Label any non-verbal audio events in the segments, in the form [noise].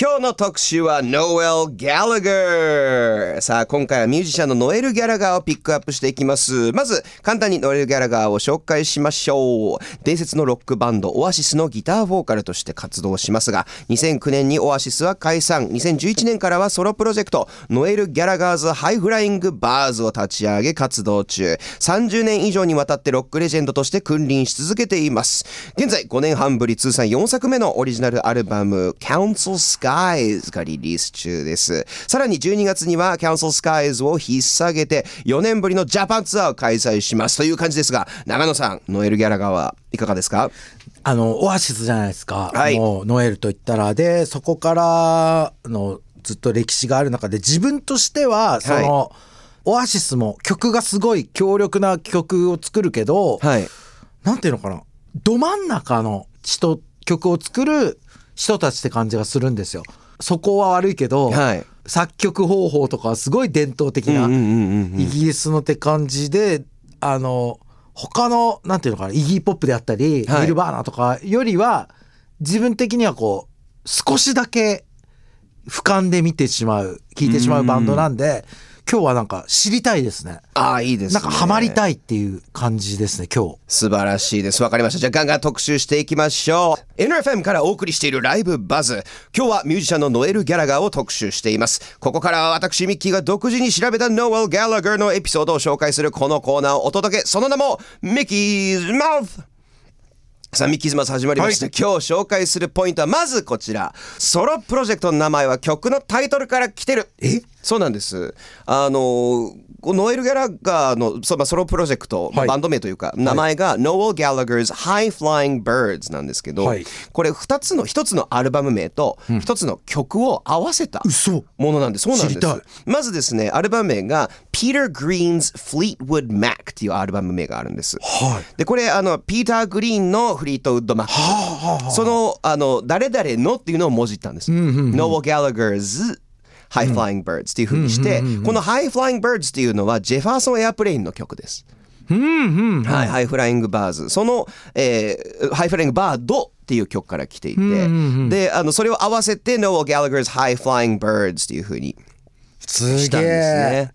今日の特集はノエル・ギャラガーさあ今回はミュージシャンのノエル・ギャラガーをピックアップしていきますまず簡単にノエル・ギャラガーを紹介しましょう伝説のロックバンドオアシスのギターボーカルとして活動しますが2009年にオアシスは解散2011年からはソロプロジェクトノエル・ギャラガーズ・ハイフライング・バーズを立ち上げ活動中30年以上にわたってロックレジェンドとして君臨し続けています現在5年半ぶり通算4作目のオリジナルアルバム Council Skies がリリース中ですさらに12月には Council Skies を引っ提げて4年ぶりのジャパンツアーを開催しますという感じですが長野さんノエル・ギャラガーはいかがですかあのオアシスじゃないですか、はいもうノエルと言ったらでそこからのずっと歴史がある中で自分としてはその、オアシスも曲がすごい強力な曲を作るけど、はいなんていうのかなど真ん中の人曲を作る人たちって感じがするんですよ。そこは悪いけど、はい作曲方法とかはすごい伝統的な、イギリスのって感じであの他のなんていうのかなイギー・ポップであったり、はいニルバーナとかよりは自分的にはこう少しだけ俯瞰で見てしまう聴いてしまうバンドなんで今日はなんか知りたいですね。ああいいですなねんかハマりたいっていう感じですね今日。素晴らしいです。わかりました。じゃあガンガン特集していきましょう。NFM からお送りしているライブバズ。今日はミュージシャンのノエル・ギャラガーを特集しています。ここからは私、ミッキーが独自に調べたノエル・ギャラガーのエピソードを紹介するこのコーナーをお届け。その名も、ミッキーズ・マウスさあ、ミッキーズマウス始まりました。今日紹介するポイントは、まずこちら。ソロプロジェクトの名前は曲のタイトルから来てる。えそうなんです。あのこうノエル・ギャラガーのそうまあソロプロジェクト、はいバンド名というか、名前が Noel Gallagher's High Flying Birds なんですけど、はいこれ2つの1つのアルバム名と1つの曲を合わせた嘘ものなんです。そうなん知でりたいす。まずですね、アルバム名が Peter Green's Fleetwood Mac っていうアルバム名があるんです。はいで、これ、あの、ピーター・グリーンのフリートウッド・マック。その、あの、誰々のっていうのをもじったんです。ノー l ギャラガーズ。ハイフライング・バーズっていう風にして、このハイフライング・バーズっていうのはジェファーソン・エアプレインの曲です。はい、ハイフライングバーズ。その、えーハイフライングバードっていう曲から来ていて、で、あの、それを合わせて、Noel Gallagher's High Flying Birds っていう風にすしげたんですねえ。。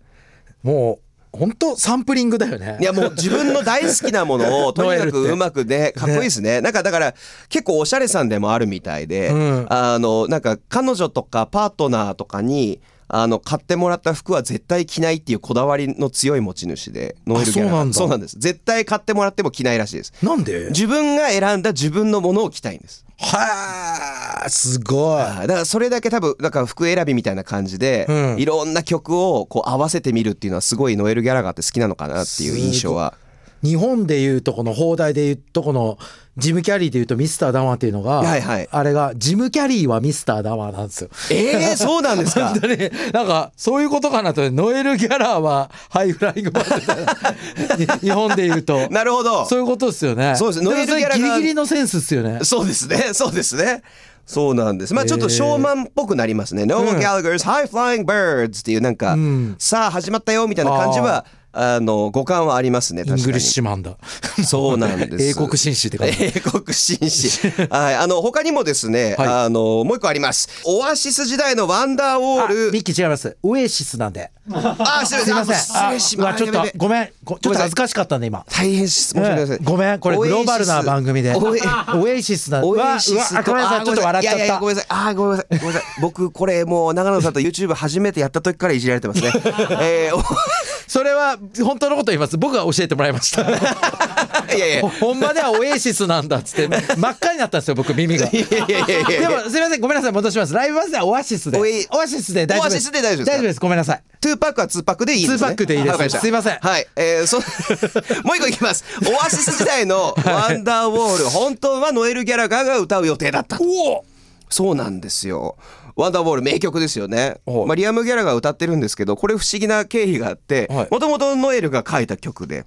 もう本当サンプリングだよね。いやもう自分の大好きなものをと [laughs] にかくうまくねかっこいいですねなんかだから結構おしゃれさんでもあるみたいで、あのなんか彼女とかパートナーとかにあの買ってもらった服は絶対着ないっていうこだわりの強い持ち主でノエル・ギャラあそうなガんーだそうなんです絶対買ってもらっても着ないらしいですなんで？自分が選んだ自分のものを着たいんですはあすごい。だからそれだけ多分なんか服選びみたいな感じで、うんいろんな曲をこう合わせてみるっていうのはすごいノエル・ギャラガーって好きなのかなっていう印象は日本でいうとこの放題でいうとこのジム・キャリーでいうとミスター・ダマーっていうのが、はいはいあれがジム・キャリーはミスター・ダマーなんですよ。えー、そうなんですか [laughs] 本当になんかそういうことかなとノエル・ギャラーはハイフライングバーみたいな日本でいうと [laughs] なるほど。そういうことですよね。そうですもノエルそれギャラギがリギリのセンスですよね。そうですね。 [laughs] そうですね。そうなんです。まあちょっとショーマンっぽくなりますね。No Gallagher's High Flying Birds っていうなんか、さあ始まったよみたいな感じは、あの、五感はありますね。イン確かグリッに。シュマンだ。そうなんです。英国紳士って感じ。英国紳士。はい。あの、他にもですね、はいあの、もう一個あります。オアシス時代のワンダーウォあール。ミッキー違います。オエシスなんで。あ、すすいません。失礼しあうわます。ちょやっとべやべごめん。ごちょっと恥ずかしかったんで今。大変失礼します。ごめん、これグローバルな番組で。オ [laughs] オエエシスな。うわうわあごめんなさい、ちょっと笑っちゃった。いやいやごめんなさい。あー、ごめんなさい。ごめんなさい。僕、これもう、長野さんと YouTube 初めてやった時からいじられてます [laughs] ね。えーそれは本当のこと言います。僕が教えてもらいました。 [laughs] お、いやいや。い [laughs] ほんまではオエシスなんだっ [laughs] つって、真っ赤になったんですよ、僕耳が。でやいやいやいやいやもすいません、ごめんなさい、戻します。ライブバスではオアシスで。オエオアシスで大丈夫です。オアシスで大丈夫ですか大丈夫です。ごめんなさい。トゥーパックはツーパックでいいんです、ね。ツーパックでいいですわかりしたすいませんはい。えー、そ、 [laughs] もう一個いきます。オアシス時代のワンダーウォール、本当はノエル・ギャラガーが歌う予定だった。そうなんですよ。ワンダーウォール名曲ですよね。はいまあ、リアム・ギャラが歌ってるんですけど、これ不思議な経緯があってはい、もともとノエルが書いた曲で。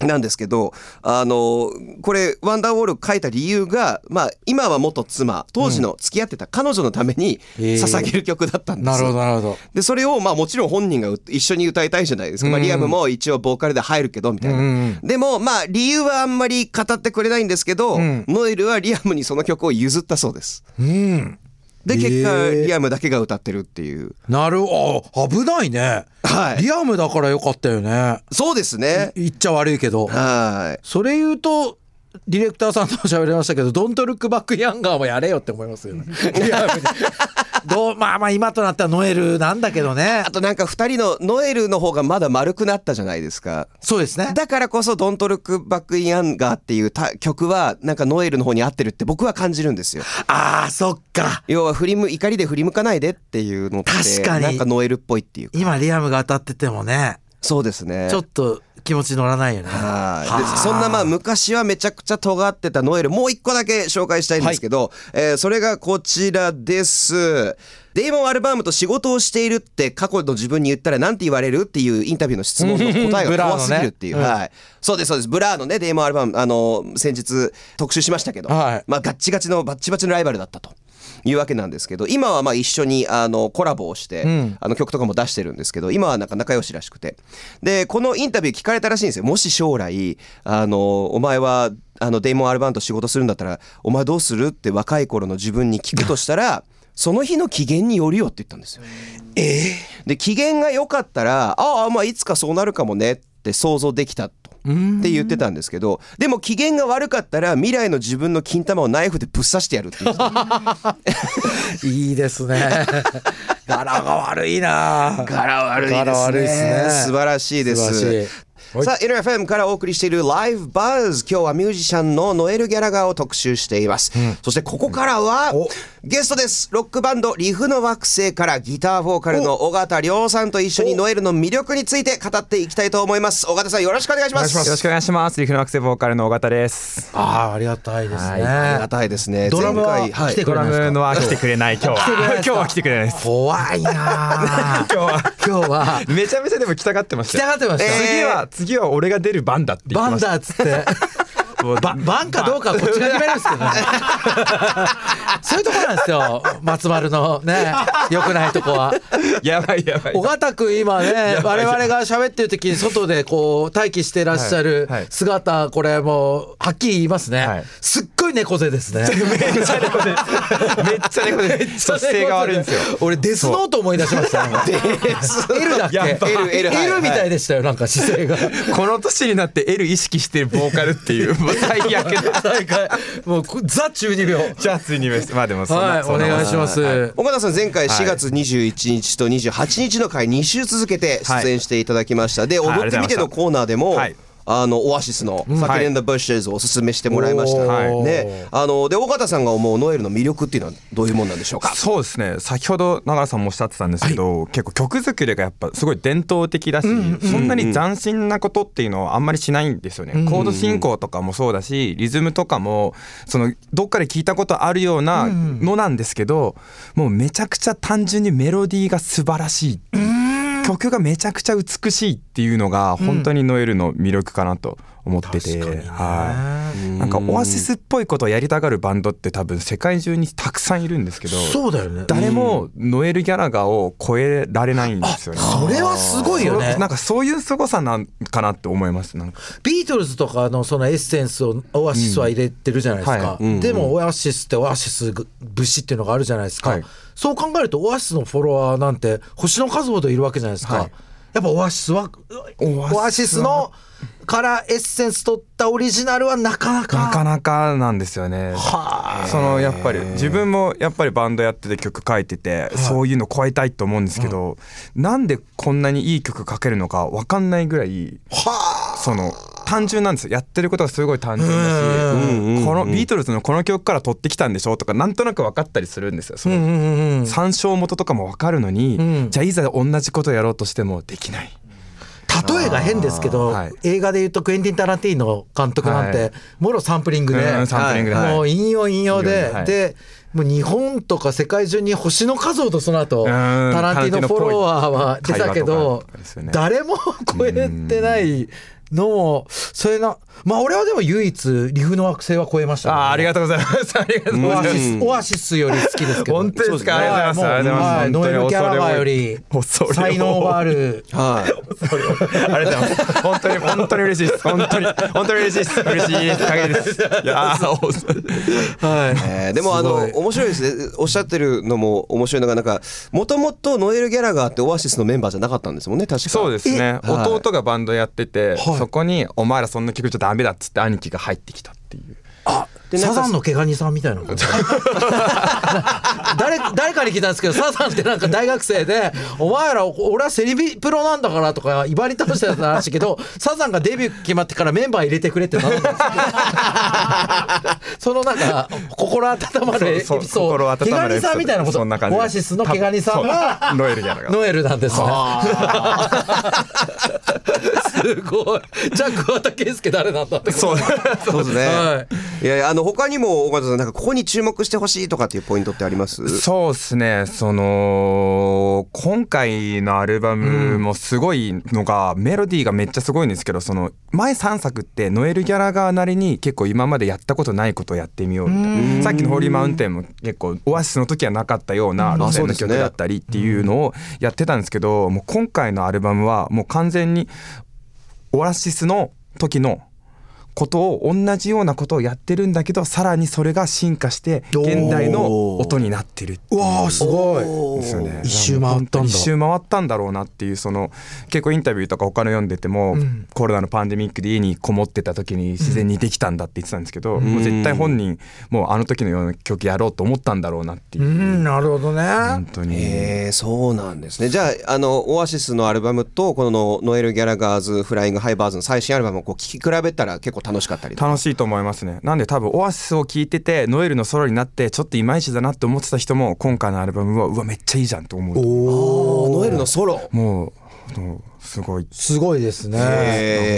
なんですけど、あの、これ、ワンダーウォール書いた理由が、まあ、今は元妻、当時の付き合ってた彼女のためにへー捧げる曲だったんです。なるほど、なるほど。でそれをまあもちろん本人がう一緒に歌いたいじゃないですか、まあ、リアムも一応ボーカルで入るけどみたいな、でもまあ理由はあんまり語ってくれないんですけど、ノエルはリアムにその曲を譲ったそうですうん。でえー結果リアムだけが歌ってるっていうなるほど危ないね、はいリアムだからよかったよねそうですね言っちゃ悪いけどはいそれ言うとディレクターさんとも喋りましたけど「ドントルックバックヤンガー」もやれよって思いますよね。リアルにどうまあまあ今となったらノエルなんだけどねあとなんか二人のノエルの方がまだ丸くなったじゃないですかそうですねだからこそ「ドントルックバックインアンガー」っていうた曲はなんかノエルの方に合ってるって僕は感じるんですよあーそっか要は振りむ怒りで振り向かないでっていうのって確かになんかノエルっぽいっていうか今リアムが当たっててもねそうですねちょっと気持ち乗らないよね。はいでそんなまあ昔はめちゃくちゃ尖ってたノエルもう一個だけ紹介したいんですけど、えーそれがこちらです。デイモン・アルバームと仕事をしているって過去の自分に言ったらなんて言われるっていうインタビューの質問の答えが怖すぎるっていう、ブラーのねはい、そうですそうですブラーのねデイモン・アルバームあの先日特集しましたけど、はいまあ、ガッチガチのバッチバチのライバルだったと。いうわけなんですけど今はまあ一緒にあのコラボをして、あの曲とかも出してるんですけど今はなんか仲良しらしくてでこのインタビュー聞かれたらしいんですよもし将来あのお前はあのデイモン・アルバーンと仕事するんだったらお前どうするって若い頃の自分に聞くとした [laughs] らその日の機嫌によるよって言ったんですよ。えで機嫌が良かったらああまあいつかそうなるかもねって想像できたと。って言ってたんですけどでも機嫌が悪かったら未来の自分の金玉をナイフでぶっ刺してやるって言ってたーいいです [laughs] ね。柄が悪いな。柄悪いですね柄悪いですね素晴らしいです素晴らしいはいさあ NFM からお送りしている「ライブバズ今日はミュージシャンのノエル・ギャラガーを特集しています、そしてここからはおゲストですロックバンド「リフの惑星」からギターボーカルの尾形亮さんと一緒にノエルの魅力について語っていきたいと思います尾形さんよろしくお願いしますよろしくお願いします。リフの惑星ボーカルの尾形です。あーありがたいですね。ありがたいですねドラムは前回来てくドれないラですかムのは来てくれない今日は。今日 [laughs] は来てくれないです。怖いな。 [laughs] 今日は今日はめちゃめちゃでも来たがってました来たよ。がってました次は次は俺が出る番だって言っバてンました。ダーっつって。もうババンかどうかはこっちが決めるんですけど [laughs] ねそういうとこなんですよ松丸のね良くないとこはやばいやばい尾。形君今ねやば我い々が喋ってる時に外でこう待機してらっしゃるはいはい姿これもうはっきり言いますね、はいすっごい猫背ですねめっちゃ猫でめっちゃ猫で姿勢が悪いんですよ。俺デスノート思い出しましたね L だっけやばい L L はい L みたいでしたよ [laughs] なんか姿勢がこの年になって L 意識してるボーカルっていうもう [laughs] 最悪だ。大会もうこザ中二病じゃあついにまあでもそんなはいそおんなもん願いします、岡田さん前回は4い月21日と28日の回2週続けて出演していただきました、で「はい踊ってみて」のコーナーでも、はいあのオアシスの「サクレンダ・ブッシュズ」をおすすめしてもらいました、はいね、あので尾形さんが思うノエルの魅力っていうのはどういうもんなんでしょうか [laughs] そうですね先ほど永良さんもおっしゃってたんですけど、結構曲作りがやっぱすごい伝統的だし、そんなに斬新なことっていうのはあんまりしないんですよね、コード進行とかもそうだしリズムとかもそのどっかで聞いたことあるようなのなんですけど、もうめちゃくちゃ単純にメロディーが素晴らしいっていう曲がめちゃくちゃ美しいっていうのが本当にノエルの魅力かなと思ってて、はい、なんかオアシスっぽいことをやりたがるバンドって多分世界中にたくさんいるんですけどそうだよね誰もノエル・ギャラガーを超えられないんですよね。それはすごいよねそうなんかそういう凄さなんかなって思います。なんかビートルズとかのそのエッセンスをオアシスは入れてるじゃないですか、うんはでもオアシスってオアシス物資っていうのがあるじゃないですか、はいそう考えるとオアシスのフォロワーなんて星の数ほどいるわけじゃないですか、はいやっぱオアシスはオアシスはオアシスのからエッセンス取ったオリジナルはなかなかなかなかなんですよね。はあそのやっぱり自分もやっぱりバンドやってて曲書いててそういうの超えたいと思うんですけど、なんでこんなにいい曲書けるのかわかんないぐらいその単純なんですよやってることがすごい単純だし、このビートルズのこの曲から取ってきたんでしょとかなんとなく分かったりするんですよその、参照元とかも分かるのに、じゃあいざ同じことやろうとしてもできない。例えが変ですけど、はい映画で言うとクエンティン・タランティーノ監督なんて、はいもろサンプリングで、うんサンプリングではいもう引用引用で、引用ではいでもう日本とか世界中に星の数ほどその後んタランティーノフォロワーは出たけタランティーノっぽい会話どとかですよね誰も超えてないのもそれなまあ俺はでも唯一リフの惑星は超えましたね、あーありがとうございます。 [laughs] ありがとうござオいますア。シスオアシスより好きですけど [laughs] 本当ですかはいありがとうございますもうありがとはいノエル・ギうござャいますラガーより恐れ多い才能があるはい。ありがとうございます。本当に本当に嬉しいです。本当に本当に嬉しいです。嬉しいです。限りです。いやー恐れはい [laughs] えーでもあの面白いですねおっしゃってるのも面白いのがなんかもともとノエル・ギャラガーってオアシスのメンバーじゃなかったんですもんね確かそうですね。えはい弟がバンドやってて、はいそこにお前らそんな曲じゃダメだっつって兄貴が入ってきたっていう。でなんサかザンの毛ガニさんみたいな [laughs] 誰誰かに聞いたんですけどサザンってなんか大学生で「お前ら俺はセリビプロなんだから」とか威張り倒したやつの話だけどサザンがデビュー決まってからメンバー入れてくれってなるんですよそのなんか心温まるエピソそうそうー心温まド毛るエピソードガニさんみたいなことそんな感じオアシスの毛ガニさんそがうノエルギャラガー [laughs] ノエルなんですね [laughs] すごいじゃあ桑田佳祐誰なんだってことそう。そうですね、、はいやいやあの他にも尾形さんなんかここに注目してほしいとかっていうポイントってありますそうですねその今回のアルバムもすごいのが、メロディーがめっちゃすごいんですけどその前3作ってノエル・ギャラガーなりに結構今までやったことないことをやってみようみたいなさっきの「ホーリーマウンテン」も結構オアシスの時はなかったような路線の曲だったりっていうのをやってたんですけどもう今回のアルバムはもう完全にオアシスの時のことを同じようなことをやってるんだけどさらにそれが進化して現代の音になってるっていうわあすごいですよね一周回ったんだ一周回ったんだろうなっていうその結構インタビューとか他の読んでても、うんコロナのパンデミックで家にこもってた時に自然にできたんだって言ってたんですけど、もう絶対本人もうあの時のような曲やろうと思ったんだろうなっていうう、んなるほどね本当に。えー、そうなんですねじゃああのオアシスのアルバムとこのノエル・ギャラガーズ・フライング・ハイバーズの最新アルバムをこう聴き比べたら結構楽しかったりとか楽しいと思いますねなんで多分オアシスを聴いててノエルのソロになってちょっといまいちだなって思ってた人も今回のアルバムはうわめっちゃいいじゃんと思うと思うおーノエルのソロもうもうすごいすごいですね。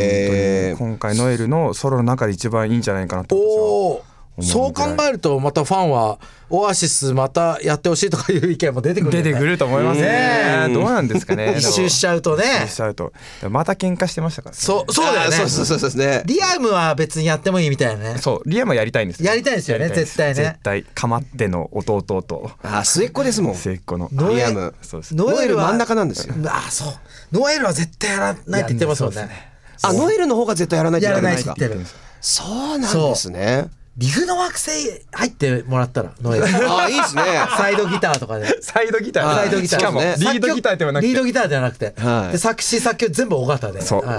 へー今回ノエルのソロの中で一番いいんじゃないかなと私はおお。そう考えるとまたファンはオアシスまたやってほしいとかいう意見も出てくるんじゃ出ないてくると思いますねどうなんですかね [laughs] 一周しちゃうとね一周しちゃうとまた喧嘩してましたからねそうそうだよねあーそうそうそうそうですねリアムは別にやってもいいみたいなねそうリアムはやりたいんですよやりたいですよねやりたい絶対ね絶対かまっての弟とあー末っ子ですもん末っ子のノエリアムそうですノエルは真ん中なんですよあーそうノエルは絶対やらないって言ってますもんやんねないあノエルの方が絶対やらないといやけならいんないですって言かってるそうなんですねリフの惑星入ってもらったらノエルあーいいですね [laughs] サイドギターとかでサイドギターサイドギターしかもリそうですードギターではなくリーてドギターではなくて、はいで作詞作曲全部尾形でそうはい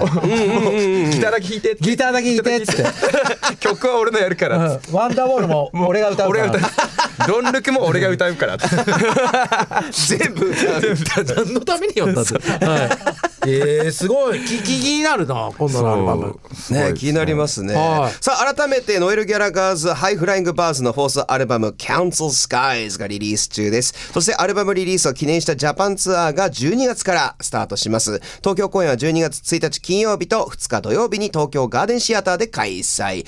ギターだけ弾いてってギターだけ弾いてっつって [laughs] 曲は俺のやるからっつってうん [laughs] ワンダーボールも俺が歌うか俺ら。 [laughs] が歌う [laughs] ドンルクも俺が歌うからっつって全部何のために読んだって。はい、えー、すごい。き気になるな、今度のアルバム。ね、気になりますね。はいさあ、改めて、ノエル・ギャラガーズ、ハイフライング・バーズの放送アルバム、Council Skies がリリース中です。そして、アルバムリリースを記念したジャパンツアーが12月からスタートします。東京公演は12月1日金曜日と2日土曜日に東京ガーデンシアターで開催。